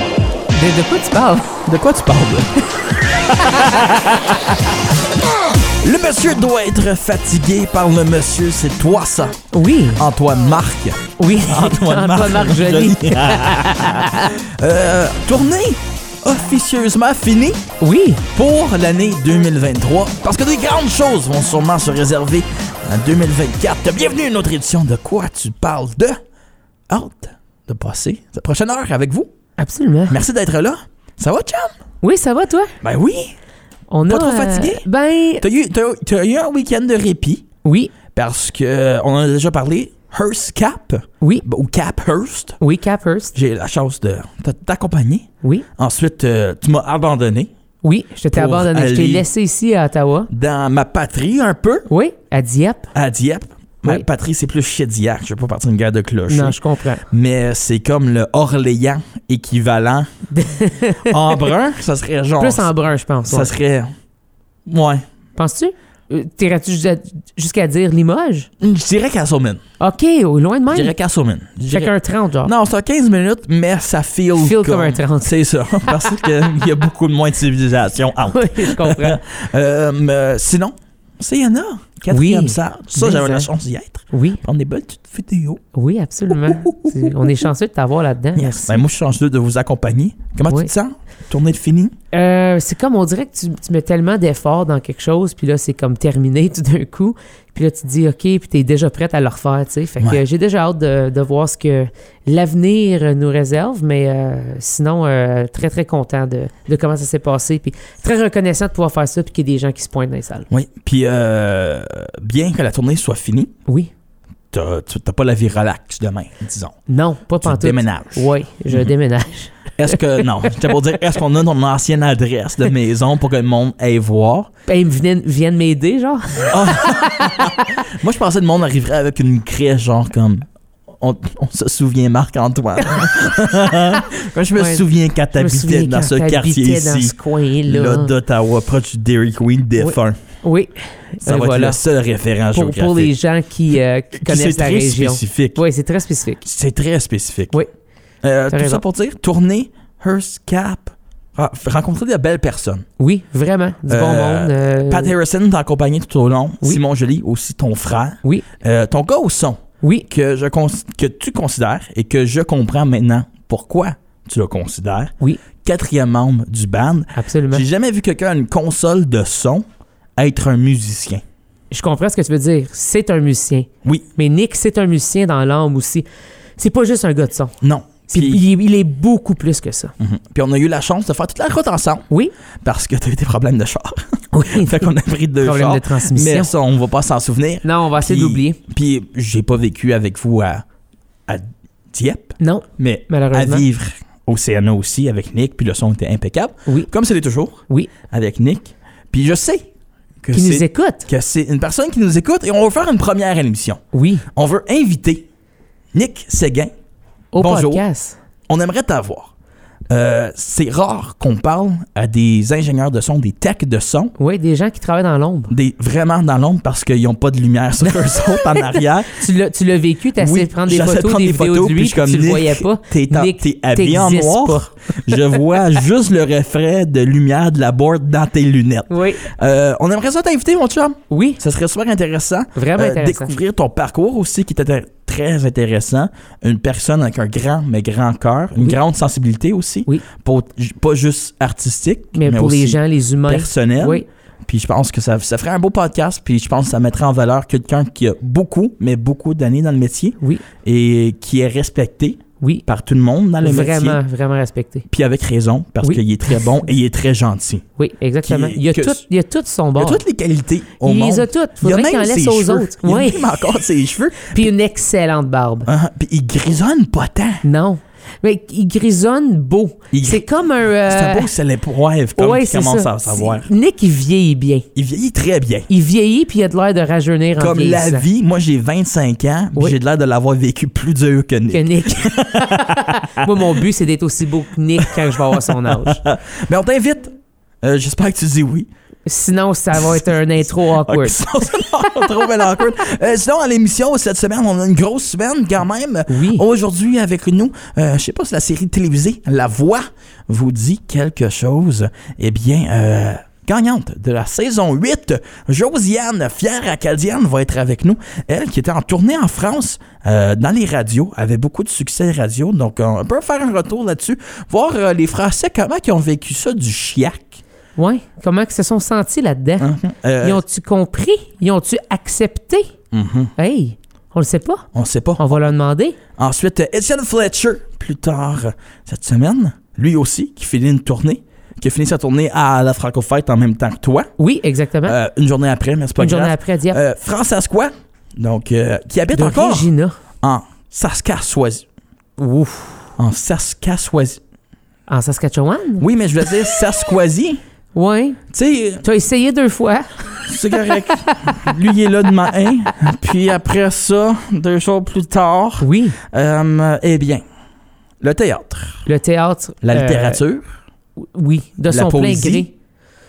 De, de quoi tu parles? De quoi tu parles? le monsieur doit être fatigué par le monsieur, c'est toi ça. Oui. Antoine Marc. Oui. Antoine Marc. Marc Joly. Euh, tournée officieusement finie Oui. pour l'année 2023 parce que des grandes choses vont sûrement se réserver en 2024. Bienvenue à une autre édition de Quoi tu parles de Hâte de passer la prochaine heure avec vous. Absolument. Merci d'être là. Ça va, chum? Oui, ça va, toi? Ben oui. On Pas a, trop euh, fatigué? Ben, T'as eu, t'as- t'as eu un week-end de répit oui. parce que euh, on en a déjà parlé. Hearst Cap Oui. ou Cap Hearst. Oui, Cap Hearst. J'ai eu la chance de t- t'accompagner. Oui. Ensuite, euh, tu m'as abandonné Oui, je t'ai Pour abandonné. Je t'ai aller- laissé ici à Ottawa. dans ma patrie un peu. Oui, à Dieppe. à Dieppe. Oui. Ma patrie, c'est plus chez Dieppe. Je ne vais pas partir une guerre de cloches. Non, je comprends. Mais c'est comme le Orléans équivalent en brun. Ça serait genre. Plus en brun, je pense. Ça ouais. serait. Ouais. Penses-tu? Euh, T'irais-tu jusqu'à- jusqu'à dire Limoges? Je dirais Castleman. OK, au loin de Je même. dirais Castleman. Je dirais- Chacun 30, genre. Non, c'est à 15 minutes, mais ça feel, Feel comme un 30. C'est ça. Parce qu'il y a beaucoup de moins de civilisation entre. Oui, je comprends. Euh, mais sinon, c'est Yana. Quatrième Oui. salle. Ça, Mais j'avais la ça. chance d'y être. Oui, Prendre des belles petites vidéos. oui, absolument. C'est- On est chanceux de t'avoir là-dedans. Yes. Ben, moi, je suis chanceux de vous accompagner. Comment Oui. tu te sens? Tournée de fini? Euh, c'est comme on dirait que tu, tu mets tellement d'efforts dans quelque chose, puis là, c'est comme terminé tout d'un coup. Puis là, tu te dis OK, puis t'es déjà prête à le refaire, tu sais. Fait que Ouais. euh, j'ai déjà hâte de, de voir ce que l'avenir euh, nous réserve, mais euh, sinon, euh, très, très content de, de comment ça s'est passé, puis très reconnaissant de pouvoir faire ça, puis qu'il y ait des gens qui se pointent dans les salles. Oui. Puis, euh, bien que la tournée soit finie, Oui. t'as tu- t'as pas la vie relax demain, disons. Non, pas Tu pantoute. déménages. Oui, je Mhm. déménage. Est-ce que. Non, j'étais pour dire, est-ce qu'on a ton ancienne adresse de maison pour que le monde aille voir? Ben, ils me viennent, viennent m'aider, genre. Ah! Moi, je pensais que le monde arriverait avec une crèche, genre comme. On, on se souvient Marc-Antoine. Moi, je me Ouais. souviens quand Je me souviens t'habitais dans quand ce t'habitais quartier dans ici, ce coin-là. là, d'Ottawa, proche du Dairy Queen défunt. Oui. Ça Et va voilà. être le seul référent pour, géographique. pour les gens qui, euh, qui Puis connaissent c'est la très région. spécifique. Oui, c'est très spécifique. C'est très spécifique. Oui. Euh, T'as tout raison. ça pour dire, tourner, Hearst Cap, ra- rencontrer de belles personnes. Oui, vraiment. Du bon Euh, monde. euh, Pat Harrison t'a accompagné tout au long. Oui. Simon Joly, aussi ton frère. Oui. Euh, ton gars au son, Oui, que, je cons- que tu considères et que je comprends maintenant pourquoi tu le considères. Oui. Ben. Quatrième membre du band. absolument. J'ai jamais vu quelqu'un à une console de son être un musicien. Je comprends ce que tu veux dire. C'est un musicien. Oui. Mais Nick, c'est un musicien dans l'âme aussi. C'est pas juste un gars de son. Non. C'est- Puis, il, est- il est beaucoup plus que ça. Mhm. Puis on a eu la chance de faire toute la route ensemble Oui. parce que tu eu des problèmes de char. Oui. fait qu'on a pris deux Problème chars. de transmission. Mais ça, on va pas s'en souvenir. Non, on va essayer Puis- d'oublier. Puis j'ai pas vécu avec vous à, à Dieppe, Non, mais à malheureusement. vivre au CNA aussi avec Nick, puis le son était impeccable, Oui, comme c'est toujours oui. avec Nick. Puis je sais que Qui nous c'est écoute. que c'est une personne qui nous écoute et on veut faire une première émission. Oui, On veut inviter Nick Séguin. au Bonjour. podcast. On aimerait t'avoir. Euh, c'est rare qu'on parle à des ingénieurs de son, des techs de son, Oui, des gens qui travaillent dans l'ombre. des, vraiment dans l'ombre parce qu'ils n'ont pas de lumière sur eux autres en arrière. Tu l'as, tu l'as vécu, t'as essayé de prendre des j'essaie photos, prendre des, vidéos de lui, puis je suis puis tu comme, le voyais Nick, pas. T'es, en- Nick, t'es habillé en t'existes noir. je vois juste le reflet de lumière de la board dans tes lunettes. Oui, Euh, on aimerait ça t'inviter, mon chum. oui. Ça serait super intéressant. Vraiment Euh, intéressant. Découvrir ton parcours aussi, qui était très intéressant. Une personne avec un grand, mais grand cœur. Une Oui. grande sensibilité aussi. Oui. Pour, pas juste artistique, Mais, mais, pour aussi les gens, les humains. personnel. Oui, Puis je pense que ça, ça ferait un beau podcast. Puis je pense que ça mettrait en valeur quelqu'un qui a beaucoup, mais beaucoup d'années dans le métier oui, et qui est respecté oui. par tout le monde dans le métier. Vraiment, vraiment respecté. Puis avec raison, parce Oui. qu'il est très bon et il est très gentil. Oui, exactement. Qui- Il y a, que- tout, il y a tout son Il a bord. toutes les qualités au il monde. les a toutes. il y a Faudrait qu'il en même ses laisse aux cheveux. autres. Il Oui. a même encore ses cheveux. Puis une excellente barbe. Hein, puis il grisonne pas tant. Non. Mais il grisonne beau. Il- C'est comme un. euh, C'est un beau célèbre comme ouais, il c'est commence ça. à savoir. C'est- Nick, il vieillit bien. Il vieillit très bien. Il vieillit, puis il a de l'air de rajeunir en Comme la vieillissant. vie, moi j'ai 25 ans, puis hein. Oui. j'ai l'air de l'avoir vécu plus dur que Nick. Que Nick. Moi, mon but, c'est d'être aussi beau que Nick quand je vais avoir son âge. Mais on t'invite. Euh, J'espère que tu dis oui. Sinon, ça va être un intro awkward. Non, trop mélancolique. Euh, sinon, à l'émission, cette semaine, on a une grosse semaine quand même. Oui. Aujourd'hui, avec nous, euh, je sais pas si la série télévisée La Voix vous dit quelque chose. Eh bien, euh, gagnante de la saison 8, Josiane, fière acadienne, va être avec nous. Elle qui était en tournée en France euh, dans les radios, avait beaucoup de succès radio. Donc, on peut faire un retour là-dessus, voir euh, les Français comment ils ont vécu ça du chiac. Ouais. Comment ils se sont sentis là-dedans? Euh, Ils ont-tu compris? Ils ont-tu accepté? Hey, on le sait pas. mhm. On sait pas. On va leur demander. Ensuite, euh, Étienne Fletcher, plus tard euh, cette semaine, lui aussi, qui finit une tournée, qui a fini sa tournée à la Francofête en même temps que toi, Oui, exactement. Euh, une journée après, mais c'est pas Une grave. journée après, à Dieppe. Euh, France Asqua, donc, euh, qui habite de encore Regina. en Saskassoisie. Ouf. En Saskassoisie. En Saskatchewan? Oui, mais je veux dire Saskassoisie. Oui. Tu sais, Tu as essayé deux fois. c'est correct. Lui, il est là demain. hein. Puis après ça, deux jours plus tard, Oui. euh, eh bien, le théâtre, Le théâtre. la euh, littérature, oui. De la son poésie. plein gré.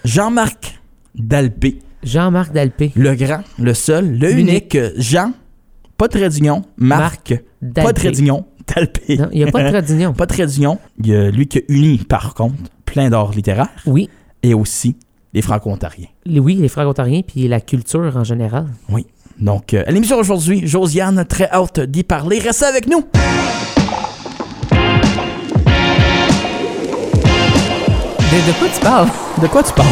Jean-Marc Dalpé, Jean-Marc Dalpé. le grand, le seul, le unique, L'unique. Jean, pas de trait d'union, Marc, pas de trait Dalpé. d'union, Dalpé. Non, Il n'y a pas de Tradignon. Pas de trait d'union. Il y a lui qui a uni, par contre, plein d'art littéraire Oui. et aussi les franco-ontariens. Les- Oui, les frères ontariens, puis la culture en général. Donc, euh, à l'émission aujourd'hui, Josiane, très haute d'y parler. Restez avec nous! De, de quoi tu parles? De quoi tu parles?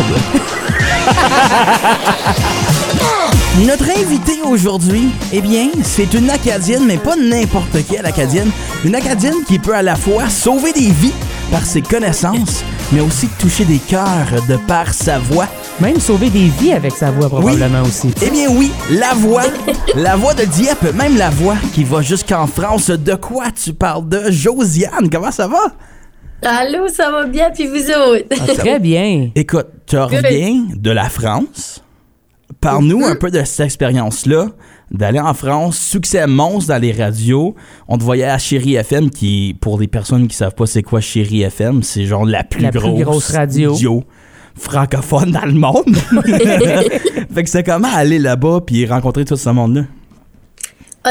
Notre invitée aujourd'hui, eh bien, c'est une Acadienne, mais pas n'importe quelle Acadienne. Une Acadienne qui peut à la fois sauver des vies par ses connaissances, mais aussi toucher des cœurs de par sa voix. Même sauver des vies avec sa voix, probablement aussi. Eh bien oui, la voix, la voix de Dieppe, même la voix qui va jusqu'en France. De quoi tu parles de Josiane? Comment ça va? Allô, ça va bien, puis vous autres? Très bien. Écoute, tu reviens de la France. Parle-nous Mm-hmm. un peu de cette expérience-là, d'aller en France, succès monstre dans les radios. On te voyait à Chérie FM, qui, pour les personnes qui savent pas c'est quoi Chérie FM, c'est genre la plus, La plus grosse, grosse radio. francophone dans le monde. fait que c'est comment aller là-bas puis rencontrer tout ce monde-là?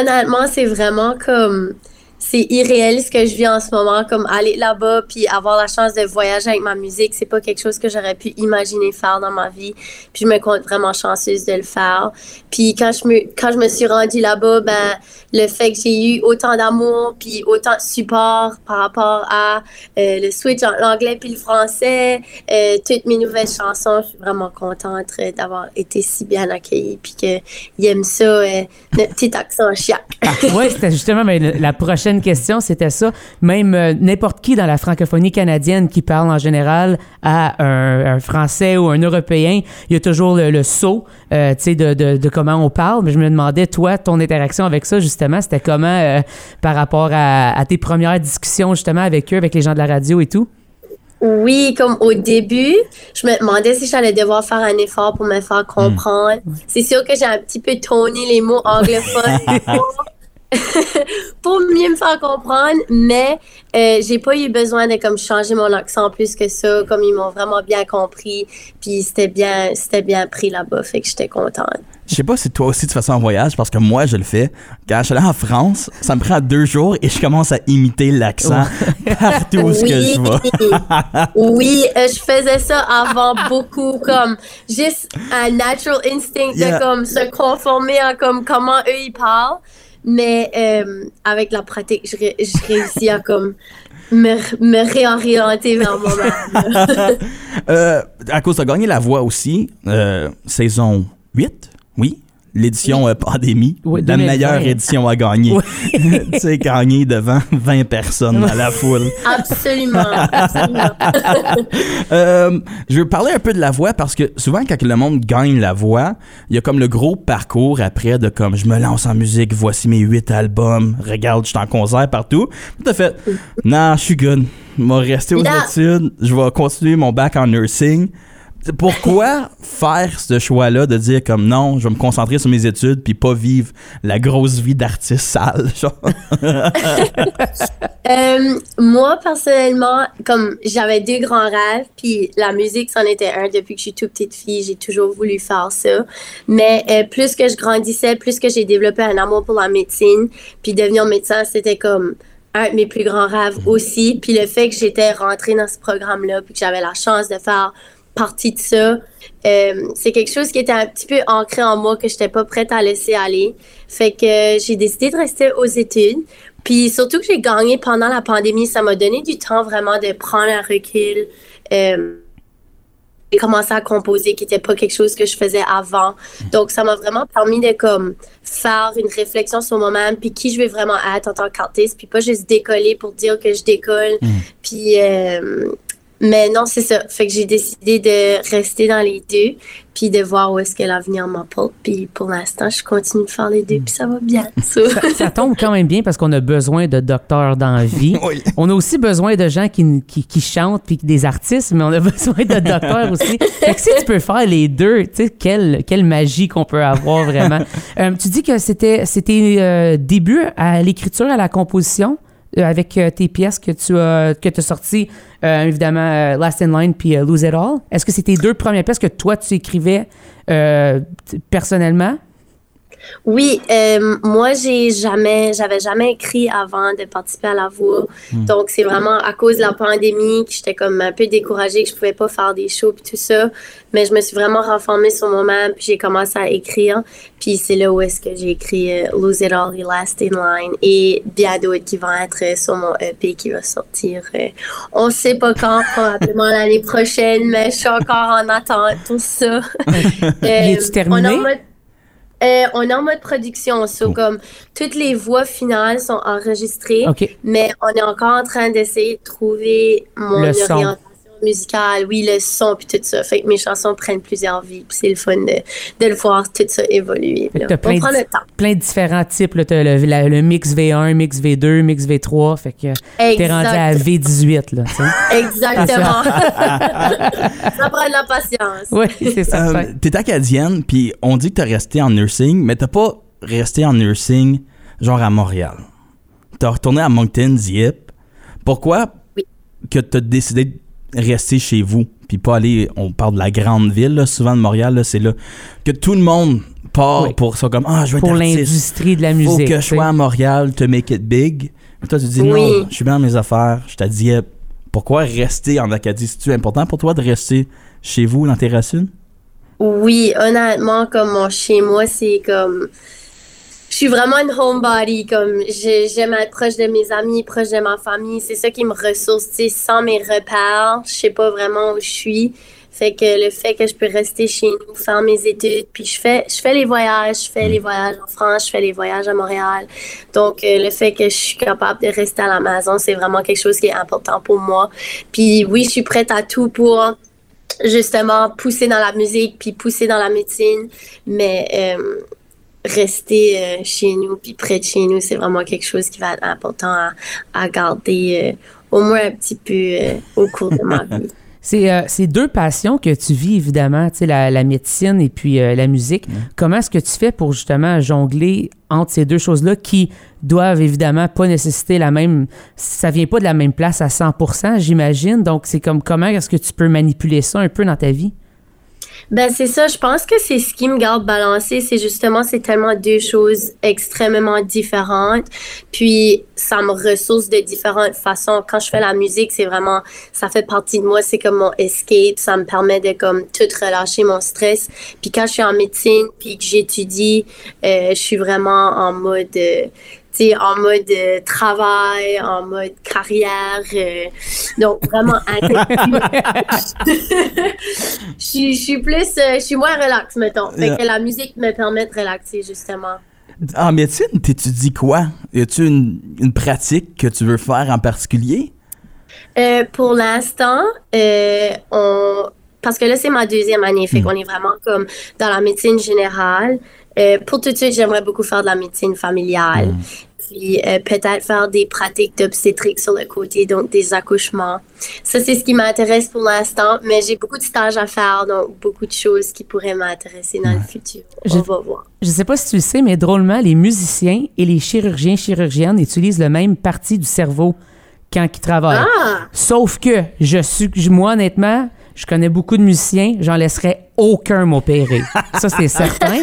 Honnêtement, c'est vraiment comme. C'est irréel ce que je vis en ce moment. Comme aller là-bas puis avoir la chance de voyager avec ma musique, c'est pas quelque chose que j'aurais pu imaginer faire dans ma vie. Puis je me compte vraiment chanceuse de le faire. Puis quand je me, quand je me suis rendue là-bas, ben, le fait que j'ai eu autant d'amour puis autant de support par rapport à euh, le switch entre l'anglais puis le français, euh, toutes mes nouvelles chansons, je suis vraiment contente euh, d'avoir été si bien accueillie puis qu'ils aiment ça, euh, notre petit accent chiac. Oui, c'était justement mais le- la prochaine question, c'était ça. Même euh, n'importe qui dans la francophonie canadienne qui parle en général à un, un Français ou un Européen, il y a toujours le, le saut, euh, tu sais, de, de- de comment on parle. Mais je me demandais, toi, ton interaction avec ça, justement, c'était comment euh, par rapport à, à tes premières discussions, justement, avec eux, avec les gens de la radio et tout? Oui, comme au début, je me demandais si j'allais devoir faire un effort pour me faire comprendre. C'est sûr que j'ai un petit peu toné les mots anglophones pour, pour mieux me faire comprendre, mais euh, j'ai pas eu besoin de comme changer mon accent plus que ça, comme ils m'ont vraiment bien compris, puis c'était bien, c'était bien pris là-bas, fait que j'étais contente. Je sais pas si toi aussi tu fais ça en voyage parce que moi je le fais. Quand je suis allé en France, ça me prend deux jours et je commence à imiter l'accent partout où ce que je vais. oui, euh, je faisais ça avant beaucoup, comme juste un natural instinct de Yeah. comme se conformer à comme comment eux ils parlent. Mais euh, avec la pratique, je, ré- je réussis à comme me, me réorienter vers moi-même. Euh, à cause de gagner la voix aussi, euh, saison 8, oui, l'édition euh, pandémie, Oui, la 2020. meilleure édition à gagner. tu sais, gagner devant 20 personnes dans la foule. Absolument, absolument. Euh, je veux parler un peu de la voix parce que souvent quand le monde gagne la voix, il y a comme le gros parcours après de comme je me lance en musique, voici mes huit albums, regarde, je suis en concert partout. Tout à fait. Non, je suis good. Je vais rester aux Yeah. études, je vais continuer mon bac en nursing. Pourquoi faire ce choix-là de dire comme non, je vais me concentrer sur mes études puis pas vivre la grosse vie d'artiste sale? genre? Euh, moi, personnellement, comme j'avais deux grands rêves, puis la musique, c'en était un depuis que je suis toute petite fille, j'ai toujours voulu faire ça. Mais euh, plus que je grandissais, plus que j'ai développé un amour pour la médecine, puis devenir médecin, c'était comme un de mes plus grands rêves aussi. Puis le fait que j'étais rentrée dans ce programme-là, puis que j'avais la chance de faire partie de ça, euh, c'est quelque chose qui était un petit peu ancré en moi que je n'étais pas prête à laisser aller. Fait que euh, j'ai décidé de rester aux études. Puis surtout que j'ai gagné pendant la pandémie, ça m'a donné du temps vraiment de prendre un recul. Euh, j'ai commencé à composer, qui n'était pas quelque chose que je faisais avant. Donc, ça m'a vraiment permis de comme faire une réflexion sur moi-même, puis qui je vais vraiment être en tant qu'artiste, puis pas juste décoller pour dire que je décolle. Puis, euh, mais non, c'est ça. Fait que j'ai décidé de rester dans les deux, puis de voir où est-ce que l'avenir m'emporte. Puis pour l'instant, je continue de faire les deux, puis ça va bien. So. Ça tombe quand même bien parce qu'on a besoin de docteurs dans la vie. Oui. On a aussi besoin de gens qui, qui, qui chantent puis des artistes, mais on a besoin de docteurs aussi. Fait que si tu peux faire les deux, tu sais, quelle, quelle magie qu'on peut avoir vraiment. Euh, tu dis que c'était, c'était euh, début à l'écriture, à la composition euh, avec euh, tes pièces que tu as, que as sorties, euh, évidemment, euh, Last in Line puis euh, Lose It All. Est-ce que c'était les deux premières pièces que toi, tu écrivais euh, t- personnellement? Oui, euh, moi j'ai jamais, j'avais jamais écrit avant de participer à la voix. Mm. Donc c'est vraiment à cause de la pandémie que j'étais comme un peu découragée que je pouvais pas faire des shows puis tout ça. Mais je me suis vraiment renformée sur moi-même puis j'ai commencé à écrire. Puis c'est là où est-ce que j'ai écrit euh, Lose It All, et Last in Line et bien d'autres qui vont être euh, sur mon EP qui va sortir. euh, on sait pas quand, probablement l'année prochaine, mais je suis encore en attente pour ça. est-tu Euh, terminé? on est en mode- euh, on est en mode production, so comme toutes les voix finales sont enregistrées, OK. mais on est encore en train d'essayer de trouver mon Le son. orientation musicale, oui, le son puis tout ça. Fait que mes chansons prennent plusieurs vies, puis c'est le fun de, de le voir tout ça évoluer. Fait que là. t'as On plein prend de- le temps. Plein de différents types. Là, T'as le, la- le mix V1, mix V2, mix V3. Fait que t'es Exact. rendu à V18. Là, tu sais. Exactement. ça prend de la patience. oui, c'est ça. Euh, t'es acadienne, puis on dit que t'as resté en nursing, mais t'as pas resté en nursing genre à Montréal. T'as retourné à Moncton, Dieppe. Pourquoi Oui. que t'as décidé de rester chez vous, puis pas aller, on parle de la grande ville, là, souvent de Montréal, là, c'est là que tout le monde part Oui. pour ça, comme « Ah, je veux être pour artiste. l'industrie de la musique. Faut que tu je sais. sois à Montréal, to make it big. » Mais toi, tu dis « Oui. Non, je suis bien dans mes affaires, je suis à Dieppe. » Pourquoi rester en Acadie? C'est-tu important pour toi de rester chez vous, dans tes racines? Oui, honnêtement, comme mon chez moi, c'est comme. Je suis vraiment une homebody, comme j'ai- j'aime être proche de mes amis, proche de ma famille. C'est ça qui me ressource, tu sais, sans mes repères, je sais pas vraiment où je suis. Fait que le fait que je peux rester chez nous, faire mes études, puis je fais, je fais les voyages, je fais les voyages en France, je fais les voyages à Montréal. Donc, euh, le fait que je suis capable de rester à la maison, c'est vraiment quelque chose qui est important pour moi. Puis oui, je suis prête à tout pour justement pousser dans la musique, puis pousser dans la médecine, mais euh, rester euh, chez nous, puis près de chez nous, c'est vraiment quelque chose qui va être important à, à garder euh, au moins un petit peu euh, au cours de ma vie. C'est euh, c'est deux passions que tu vis, évidemment, tu sais, la, la médecine et puis euh, la musique. Comment est-ce que tu fais pour justement jongler entre ces deux choses-là qui doivent évidemment pas nécessiter la même... Ça vient pas de la même place à 100 j'imagine. Donc, c'est comme comment est-ce que tu peux manipuler ça un peu dans ta vie? Ben c'est ça, je pense que c'est ce qui me garde balancée, c'est justement c'est tellement deux choses extrêmement différentes, puis ça me ressource de différentes façons. Quand je fais la musique, c'est vraiment ça fait partie de moi, c'est comme mon escape, ça me permet de comme tout relâcher mon stress. Puis quand je suis en médecine, puis que j'étudie, euh, je suis vraiment en mode euh, tu sais, en mode euh, travail, en mode carrière. euh, donc, vraiment intense. je, suis- je suis plus, euh, je suis moins relax, mettons. Fait que la musique me permet de relaxer, justement. En médecine, t'étudies quoi? Y a-tu une, une pratique que tu veux faire en particulier? Euh, pour l'instant, euh, on... parce que là, c'est ma deuxième année, fait qu'on est vraiment comme dans la médecine générale. Euh, pour tout de suite, j'aimerais beaucoup faire de la médecine familiale. Mm. Puis euh, peut-être faire des pratiques d'obstétrique sur le côté, donc des accouchements. Ça, c'est ce qui m'intéresse pour l'instant, mais j'ai beaucoup de stages à faire, donc beaucoup de choses qui pourraient m'intéresser dans le futur. J'ai- On va voir. Je sais pas si tu le sais, mais drôlement, les musiciens et les chirurgiens, chirurgiennes utilisent le même partie du cerveau quand ils travaillent. Ah! Sauf que je suis, je- moi honnêtement, je connais beaucoup de musiciens, j'en laisserais aucun m'opérer. Ça c'est certain.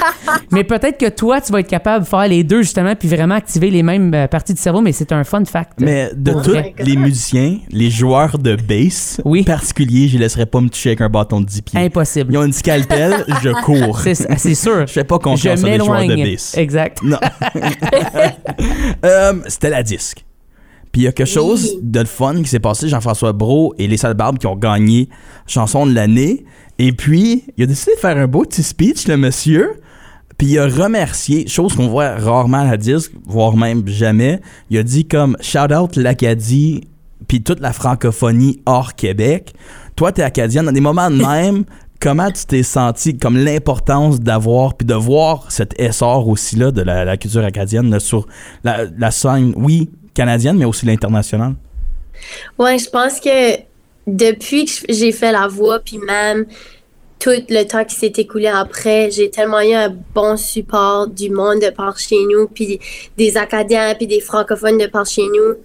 mais peut-être que toi, tu vas être capable de faire les deux justement, puis vraiment activer les mêmes euh, parties du cerveau. Mais c'est un fun fact. Mais de Oh tous my God. les musiciens, les joueurs de bass, Oui. particulier, je les laisserais pas me toucher avec un bâton de 10 pieds. Impossible. Ils ont une scalpel, je cours. C'est c'est sûr. Je fais pas confiance Je à des joueurs de m'éloigne. bass. Exact. Non. Euh, C'était la disque. Puis il y a quelque chose Oui. de le fun qui s'est passé. Jean-François Brault et les Sales Barbes qui ont gagné chanson de l'année. Et puis, il a décidé de faire un beau petit speech, le monsieur. Puis il a remercié, chose qu'on voit rarement à la disque, voire même jamais. Il a dit comme shout out l'Acadie, puis toute la francophonie hors Québec. Toi, t'es acadienne. Dans des moments de même, comment tu t'es senti, comme l'importance d'avoir, puis de voir cet essor aussi-là de la, la culture acadienne là, sur la, la scène, oui, canadienne, mais aussi l'internationale? Ouais, je pense que depuis que je- j'ai fait la voix, puis même tout le temps qui s'est écoulé après, j'ai tellement eu un bon support du monde de par chez nous, puis des Acadiens, puis des francophones de par chez nous.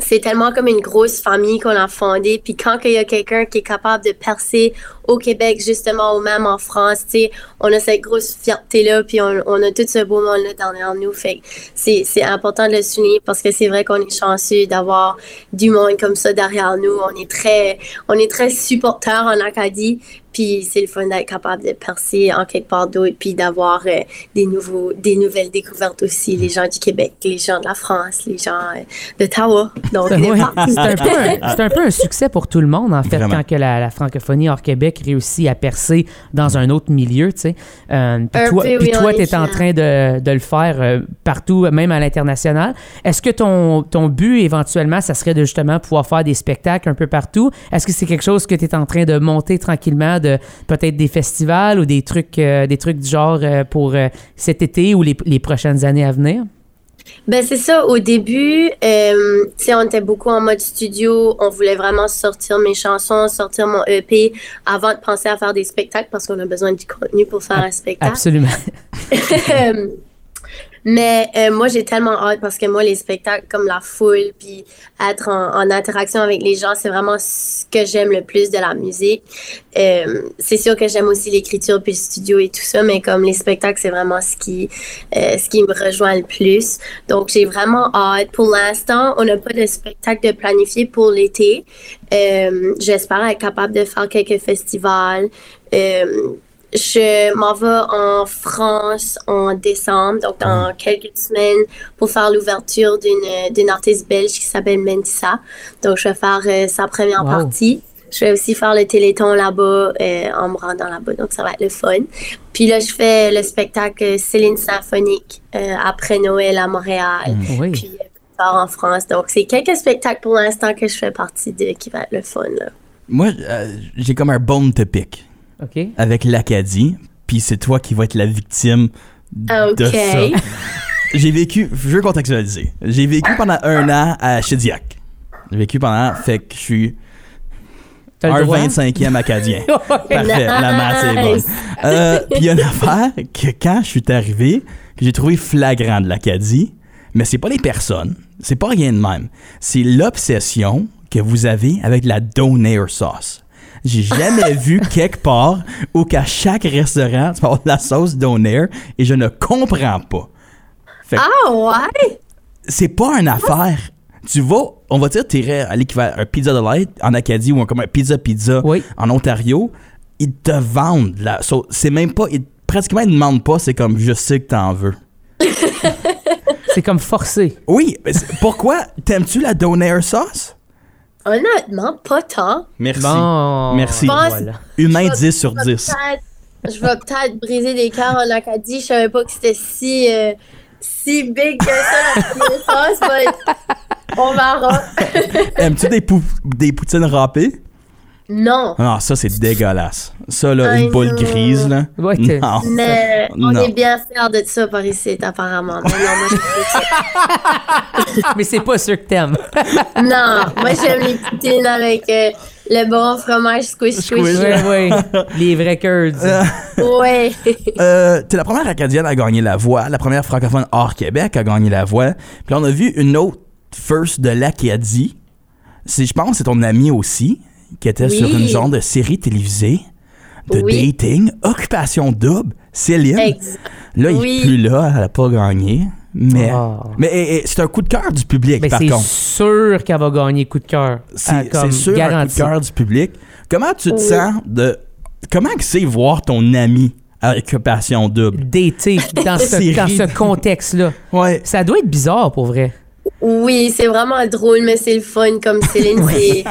C'est tellement comme une grosse famille qu'on a fondée. Puis quand il y a quelqu'un qui est capable de percer au Québec, justement, ou même en France, tu sais, on a cette grosse fierté-là, puis on, on a tout ce beau monde-là derrière nous. Fait que c'est c'est important de le souligner parce que c'est vrai qu'on est chanceux d'avoir du monde comme ça derrière nous. On est très, on est très supporteurs en Acadie. Puis c'est le fun d'être capable de percer en quelque part d'autre, puis d'avoir euh, des nouveaux, des nouvelles découvertes aussi. Les gens du Québec, les gens de la France, les gens euh, d'Ottawa. Donc, de Ouais, partout. c'est un, peu un- c'est un peu un succès pour tout le monde, en fait, Vraiment. quand que la, la francophonie hors Québec réussit à percer dans un autre milieu, tu sais. Euh, puis Un toi, peu, puis oui, toi, en t'es en effet. train de, de le faire euh, partout, même à l'international. Est-ce que ton, ton but, éventuellement, ça serait de justement pouvoir faire des spectacles un peu partout? Est-ce que c'est quelque chose que tu es en train de monter tranquillement, de peut-être des festivals ou des trucs, euh, des trucs du genre euh, pour euh, cet été ou les, les prochaines années à venir? Ben c'est ça, au début, euh, tu sais, on était beaucoup en mode studio, on voulait vraiment sortir mes chansons, sortir mon EP avant de penser à faire des spectacles parce qu'on a besoin du contenu pour faire un spectacle. Absolument. Euh, Mais euh, moi, j'ai tellement hâte parce que moi, les spectacles comme la foule, puis être en, en interaction avec les gens, c'est vraiment ce que j'aime le plus de la musique. Euh, c'est sûr que j'aime aussi l'écriture, puis le studio et tout ça, mais comme les spectacles, c'est vraiment ce qui, euh, ce qui me rejoint le plus. Donc, j'ai vraiment hâte. Pour l'instant, on n'a pas de spectacle de planifié pour l'été. Euh, j'espère être capable de faire quelques festivals. Euh, je m'en vais en France en décembre, donc dans quelques semaines, pour faire l'ouverture d'une euh, d'une artiste belge qui s'appelle Mentissa. Donc, je vais faire euh, sa première Wow. partie. Je vais aussi faire le téléthon là-bas euh, en me rendant là-bas, donc ça va être le fun. Puis là, je fais le spectacle Céline Symphonique euh, après Noël à Montréal, Oui. puis euh, plus tard en France. Donc, c'est quelques spectacles pour l'instant que je fais partie de qui va être le fun. Là. Moi, euh, j'ai comme un bone to pick OK. avec l'Acadie, puis c'est toi qui vas être la victime de Ah, Ok. ça. J'ai vécu, je veux contextualiser, j'ai vécu pendant un an à Shediac. J'ai vécu pendant, fait que je suis T'as le un droit? 25e Acadien. Parfait, la maths est bonne. Nice. Euh, Puis il y a une affaire que quand je suis arrivé, que j'ai trouvé flagrant de l'Acadie, mais c'est pas les personnes, c'est pas rien de même. C'est l'obsession que vous avez avec la donair sauce. J'ai jamais vu quelque part où qu'à chaque restaurant, tu vas avoir de la sauce donair et je ne comprends pas. Fait que Ah ouais? c'est pas une affaire. Tu vas, on va dire, t'irais à l'équivalent un pizza de light en Acadie ou un, comme un pizza pizza Oui. en Ontario, ils te vendent la sauce. C'est même pas, ils, pratiquement ils ne demandent pas, c'est comme je sais que t'en veux. C'est comme forcé. Oui, mais c'est- pourquoi t'aimes-tu la donair sauce? Honnêtement, pas tant. Merci. Bon. Merci. Pense- Voilà. Humain Je vais- 10 sur je vais 10. peut-être- Je vais peut-être briser des cœurs en Acadie. Je savais pas que c'était si, euh, si big que ça la connaissance, mais on verra. Aimes-tu des, pou- des poutines râpées? Non. Non, ça, c'est dégueulasse. Ça, là, I une boule know. grise, là. Ouais, t'es- non. Mais on Non. est bien fiers de ça par ici, apparemment. Mais non, moi, je- Mais c'est pas sûr que t'aimes. non, moi, j'aime les poutines avec euh, le bon fromage squish Squish. squish. ouais, ouais. Les vrais Kurds. Ouais. Euh, t'es la première Acadienne à gagner la voix, la première francophone hors Québec à gagner la voix. Puis là, on a vu une autre first de l'Acadie. C'est, je pense, que c'est ton ami aussi, qui était Oui. sur une genre de série télévisée, de Oui. dating, occupation double, Céline. Exact. Là, il Oui. est plus là, elle a pas gagné. Mais, Oh. mais eh, eh, c'est un coup de cœur du public, Ben, par c'est contre. sûr qu'elle va gagner coup de cœur. Ah, C'est comme c'est sûr un coup de garanti. cœur du public. Comment tu te sens de. Comment que c'est voir ton ami à occupation double? D'été, dans Série. ce, dans ce contexte-là. Ouais. Ça doit être bizarre pour vrai. Oui, c'est vraiment drôle, mais c'est le fun. Comme Céline, c'est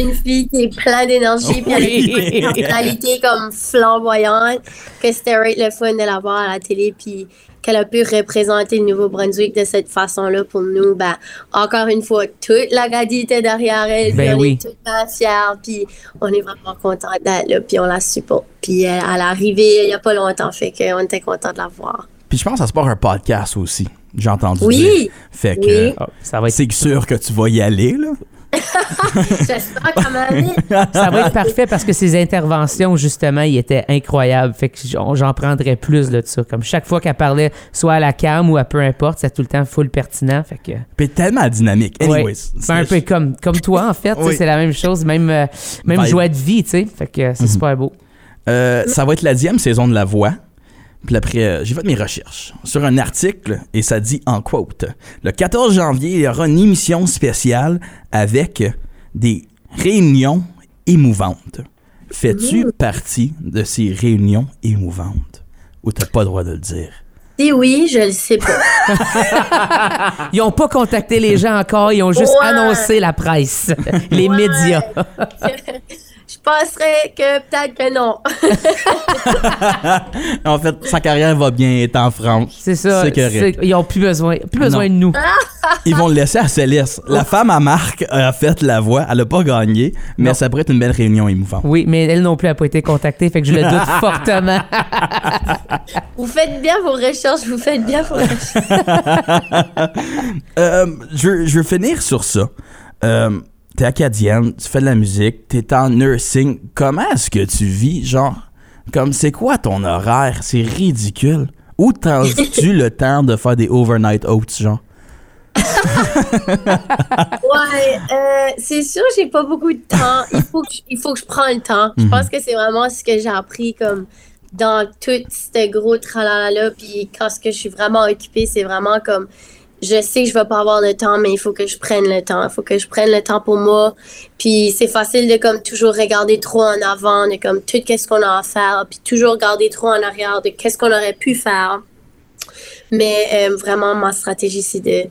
une fille qui est plein d'énergie, puis avec Oui. une personnalité comme flamboyante, que c'était right le fun de la voir à la télé, puis qu'elle a pu représenter le Nouveau-Brunswick de cette façon-là pour nous. Ben, encore une fois, toute la gadie était derrière elle, Ben puis on oui. est tout le temps fiers, puis on est vraiment contents d'être là, puis on la supporte. Puis elle, elle est arrivée il n'y a pas longtemps, fait qu'on était contents de la voir. Puis je pense que ça se part un podcast aussi. J'ai entendu. Oui. dire. Fait que euh, Oui. Ah, ça, va être, c'est sûr que tu vas y aller, là. J'espère quand même. ça va être parfait parce que ses interventions, justement, ils étaient incroyables. Fait que j'en j'en prendrais plus là, de ça. Comme chaque fois qu'elle parlait, soit à la cam ou à peu importe, c'est tout le temps full pertinent. Fait que. Puis tellement dynamique. Anyways. Ouais. c'est- Ben, un peu comme, comme toi, en fait. tu sais, Oui. C'est la même chose, même, euh, même Vibe. Mm-hmm. joie de vie, tu sais. Fait que euh, c'est super beau. Euh, ça va être la dixième saison de La Voix. Puis après, euh, j'ai fait mes recherches sur un article et ça dit en quote Le 14 janvier, il y aura une émission spéciale avec euh, des réunions émouvantes. Fais-tu Mmh. partie de ces réunions émouvantes ou t'as pas le droit de le dire Si oui, je le sais pas. Ils ont pas contacté les gens encore, ils ont juste Ouais. annoncé la presse, les Ouais. médias. Je penserais que peut-être que non. En fait, sa carrière va bien être en France. C'est ça. C'est correct. Ah c'est- Ils ont plus besoin, plus besoin Non. de nous. Ah. Ils vont le laisser à Céleste. La femme à Marc a fait la voix. Elle a pas gagné, mais Non. ça pourrait être une belle réunion émouvante. Oui, mais elle non plus n'a pas été contactée, fait que je le doute fortement. Vous faites bien vos recherches, vous faites bien vos recherches. Euh, je, veux- je veux finir sur ça. Euh, t'es acadienne, tu fais de la musique, t'es en nursing. Comment est-ce que tu vis, genre? Comme, c'est quoi ton horaire? C'est ridicule. Où t'en tu le temps de faire des overnight oats, genre? Ouais, euh, c'est sûr, j'ai pas beaucoup de temps. Il faut que je, il faut que je prenne le temps. Je pense que c'est vraiment ce que j'ai appris comme dans tout ce gros tralala-là. Puis quand ce que je suis vraiment occupée, c'est vraiment comme je sais que je vais pas avoir le temps, mais il faut que je prenne le temps. Il faut que je prenne le temps pour moi. Puis c'est facile de comme toujours regarder trop en avant, de comme tout qu'est-ce qu'on a à faire, puis toujours regarder trop en arrière de qu'est-ce qu'on aurait pu faire. Mais euh, vraiment, ma stratégie, c'est de,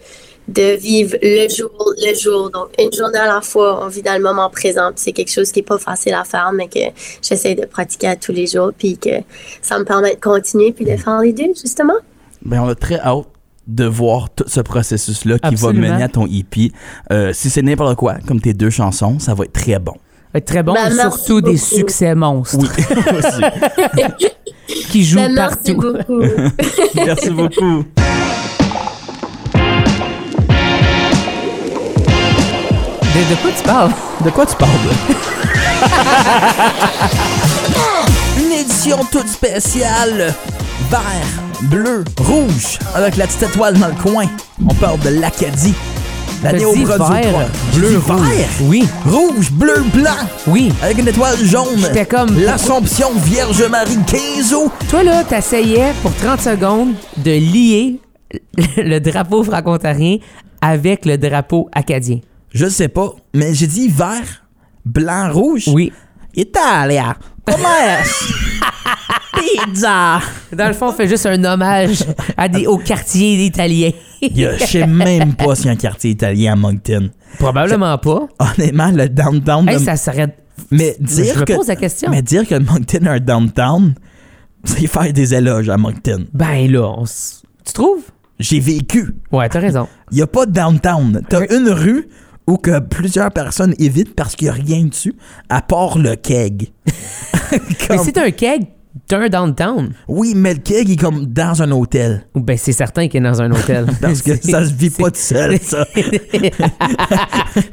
de vivre le jour, le jour. Donc, une journée à la fois, on vit dans le moment présent. Puis C'est quelque chose qui est pas facile à faire, mais que j'essaie de pratiquer à tous les jours, puis que ça me permet de continuer, puis de faire les deux, justement. Ben, on a très hâte de voir tout ce processus-là qui Absolument. va mener à ton hippie. Euh, si c'est n'importe quoi, comme tes deux chansons, ça va être très bon. Fait que Très bon, Ben, merci surtout des beaucoup. succès monstres Oui, aussi. qui jouent Ben, merci partout. beaucoup. Merci beaucoup. De, de quoi tu parles? De quoi tu parles? Une édition toute spéciale. Vert, bleu, rouge, avec la petite étoile dans le coin. On parle de l'Acadie. La T'as dit vert, bleu, bleu, vert, rouge. Oui, rouge, bleu, blanc, oui. avec une étoile jaune. J'étais comme- L'Assomption Vierge Marie 15 eaux. Toi, là, t'essayais pour 30 secondes de lier le drapeau franco-ontarien avec le drapeau acadien. Je sais pas, mais j'ai dit vert, blanc, rouge. Oui. Italia. Commerce. Pizza. Dans le fond, on fait juste un hommage à des, au quartier italien. Il y a- Je sais même pas s'il y a un quartier italien à Moncton. Probablement pas. Honnêtement, le downtown. Hey, de- ça serait. Mais Mais dire je me que... pose la question. Mais dire que Moncton a un downtown, c'est faire des éloges à Moncton. Ben là, on s- tu trouves? J'ai vécu. Ouais, t'as raison. Il y a pas de downtown. T'as une rue ou que plusieurs personnes évitent parce qu'il n'y a rien dessus, à part le keg. Mais Comme- si t'as un keg, t'as un downtown. Oui, mais le keg est comme dans un hôtel. Ou ben c'est certain qu'il est dans un hôtel. Parce que C'est- ça se vit pas tout seul, ça.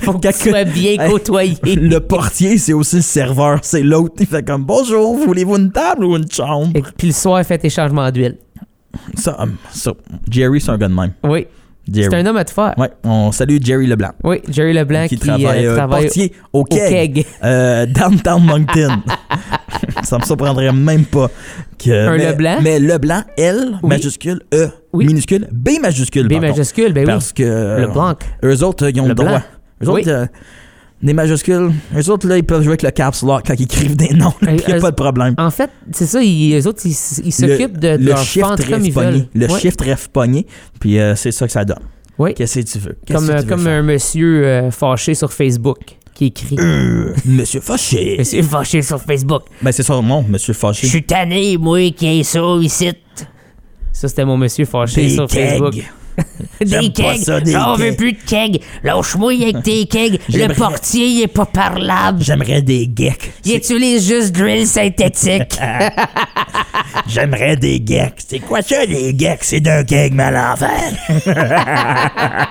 Faut que Quand- tu sois bien Hey, côtoyé. Le portier, c'est aussi le serveur. C'est l'autre. Il fait comme Bonjour, voulez-vous une table ou une chambre Et puis le soir, fais tes changements d'huile. Ça, hum, ça, Jerry, c'est un gars de même. Oui. Jerry. C'est un homme à te faire. Ouais, on salue Jerry Leblanc. Oui, Jerry Leblanc qui, qui, travaille, euh, euh, travaille portier au au keg, keg. euh, downtown Moncton. ça me surprendrait même pas que Un mais, Leblanc? mais Leblanc L Oui. majuscule E Oui. minuscule B majuscule B pardon. majuscule, ben oui. parce que euh, Leblanc. eux autres euh, ils ont le Leblanc. droit. Eux Oui. autres euh, des majuscules, eux autres là ils peuvent jouer avec le caps lock quand ils écrivent des noms, il Et y a eux- pas de problème. En fait, c'est ça, ils, eux autres, ils s- ils s'occupent de, le, de le leur shift fente comme rêve ils pogné, veulent. le oui. shift rêve pogné, puis euh, c'est ça que ça donne. oui. Qu'est-ce que tu veux Qu'est-ce Comme, que euh, tu veux comme faire? un monsieur euh, fâché sur Facebook qui écrit. Euh, Monsieur Fauché. Monsieur fâché sur Facebook. Ben c'est son nom, Monsieur Fauché. Je suis tanné, moi, qui ai ça ici. Ça, c'était mon monsieur fâché Des sur Facebook. kegs. Des J'aime pas kegs! ça, des J'en veux kegs. plus de kegs! Lâche-moi avec tes kegs! Le J'aimerais- portier, il est pas parlable! J'aimerais des geeks. Il utilise juste drill synthétique! J'aimerais des geeks. C'est quoi ça, des geeks? C'est d'un keg mal en fer.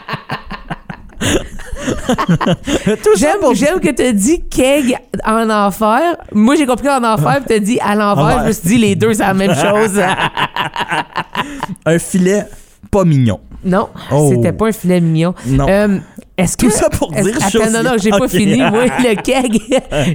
Tout ça J'aime, pour- j'aime que t'as dit keg en enfer. Moi, j'ai compris en Ah. enfer, puis t'as dit à l'envers. Je me suis dit, les deux, c'est la même chose. hein. Un filet pas mignon. non, Oh. c'était pas un filet mignon. Non. Euh, est-ce que, Tout ça pour est-ce- dire Attends, non, non, j'ai pas Ok. fini. Oui, le keg.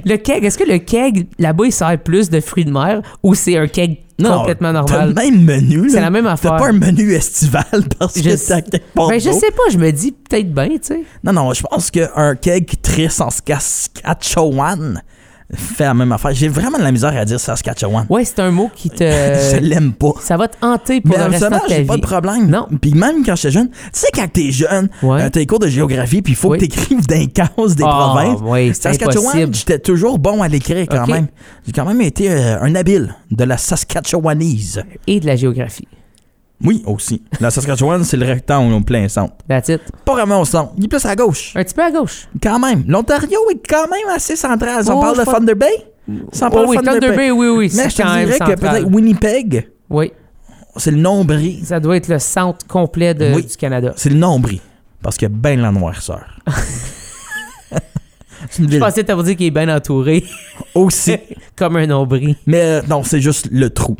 le keg. Est-ce que le keg, là-bas, il sert plus de fruits de mer ou c'est un keg Non, complètement t'as normal? le même menu. là. C'est la même affaire. T'as pas un menu estival parce que Je- t'as quelque part Ben, je d'autre. sais pas, je me dis peut-être bien, tu sais. Non, non, je pense qu'un keg qui trisse en Saskatchewan fait la même affaire. J'ai vraiment de la misère à dire Saskatchewan. Euh, Ouais, c'est un mot qui je te. l'aime pas. ça va te hanter pour Mais le en ce restant moment, de ta j'ai vie. pas de problème. Non. Puis même quand j'étais jeune, tu sais, quand t'es jeune, Ouais. euh, t'as les cours de géographie, puis il faut Oui. que t'écrives dans les cases des Ah, provinces. oui, c'est Saskatchewan, impossible. j'étais toujours bon à l'écrire quand Ok. même. J'ai quand même été euh, un habile de la Saskatchewanese. Et de la géographie. Oui, aussi. La Saskatchewan, c'est le rectangle au plein centre. That's it. Pas vraiment au centre. Il est plus à gauche. Un petit peu à gauche. Quand même. L'Ontario est quand même assez central. Si on Oh, parle je de pense- Thunder Bay? Si on Oh parle de oui, Thunder Bay, oui, oui. Mais c'est je te quand même dirais que central. peut-être Winnipeg, Oui, c'est le nombril. ça doit être le centre complet de- Oui. du Canada. C'est le nombril. Parce qu'il y a bien de la noirceur. c'est une Je ville pensais t'avoir dit qu'il est bien entouré, aussi. comme un nombril. Mais euh, non, c'est juste le trou.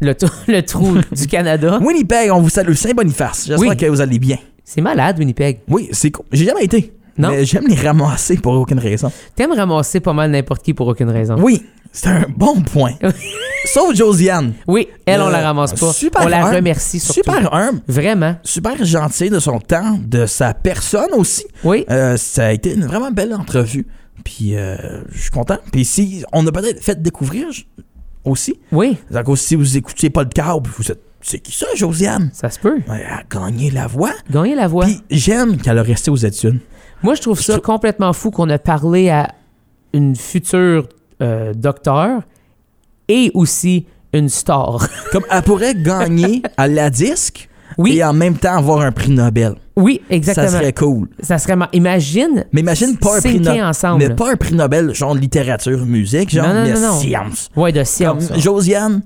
Le, trou- le trou du Canada. Winnipeg, on vous salue. Saint-Boniface. J'espère Ah. Oui. que vous allez bien. C'est malade, Winnipeg. Oui, c'est cool. J'ai jamais été. Non. Mais j'aime les ramasser pour aucune raison. T'aimes ramasser pas mal n'importe qui pour aucune raison. Oui, c'est un bon point. Sauf Josiane. Oui, elle, on Euh, la ramasse pas. super on la humble. remercie surtout. Super humble. Vraiment. Super gentil de son temps, de sa personne aussi. Oui. Euh, ça a été une vraiment belle entrevue. Puis euh, je suis content. Puis si on a peut-être fait découvrir je- aussi. Oui, Donc si vous écoutiez pas le câble, vous êtes c'est qui ça, Josiane? ça se peut. Elle a gagné la voix. Gagner la voix. Puis j'aime qu'elle a resté aux études. Moi, je trouve ça complètement fou qu'on a parlé à une future euh, docteur et aussi une star. Comme elle pourrait gagner à la disque Oui. et en même temps avoir un prix Nobel. Oui, exactement. Ça serait cool. mar- Imagine. Mais imagine pas un prix Synquer Nobel. ensemble. Mais pas un prix Nobel, genre littérature, musique, genre Non, non, mais non, non. science. Ouais, de Comme science. Josiane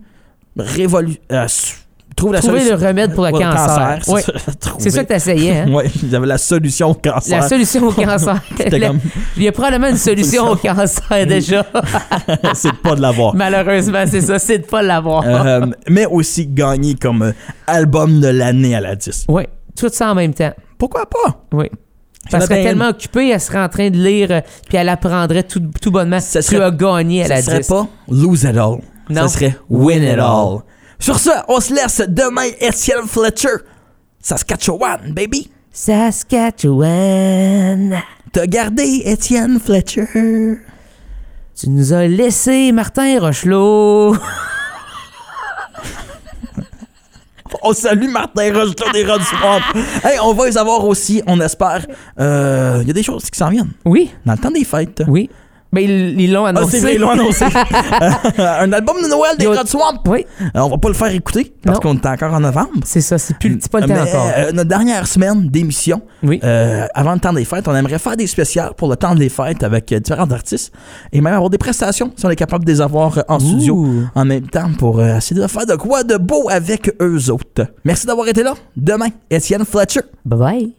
révolu- euh, s- trouve la Trouver solution. le remède pour le Ouais, cancer. c'est Ouais. ça, trouver. C'est ça que t'essayais, hein? Ouais, j'avais la solution au cancer. La solution au cancer. C'était Le- comme- Il y a probablement une solution au cancer déjà. c'est de pas de l'avoir. Malheureusement, c'est ça, c'est de pas l'avoir. Euh, mais aussi gagner comme euh, album de l'année à la 10. Oui, tout ça en même temps. Pourquoi pas? Oui. en Elle a serait bien tellement occupée, elle serait en train de lire, euh, puis elle apprendrait tout, tout bonnement. Ça tu serait- as gagné à Ça la serait 10. pas lose it all. Non. Ça serait win it all. Sur ce, on se laisse demain, Étienne Fletcher. Saskatchewan, baby. Saskatchewan, T'as gardé Étienne Fletcher. tu nous as laissé Martin Rochelot. On salue Martin Rocheton des Rod Hey, on va les avoir aussi, on espère. Euh, Il y a des choses qui s'en viennent. Oui, Dans le temps des fêtes. oui. Ben, ils ils l'ont Ah, c'est annoncé. vrai, ils l'ont annoncé. Euh, un album de Noël des Yo- Rod Swamp. Oui, Euh, on va pas le faire écouter Non. parce qu'on est encore en novembre. c'est ça. C'est plus, c'est pas le temps Mais, encore. euh, notre dernière semaine d'émission, Oui. euh, avant le temps des fêtes, on aimerait faire des spéciales pour le temps des fêtes avec euh, différents artistes et même avoir des prestations si on est capable de les avoir euh, en studio Ouh. en même temps pour euh, essayer de faire de quoi de beau avec eux autres. Merci d'avoir été là. Demain, Étienne Fletcher. Bye bye.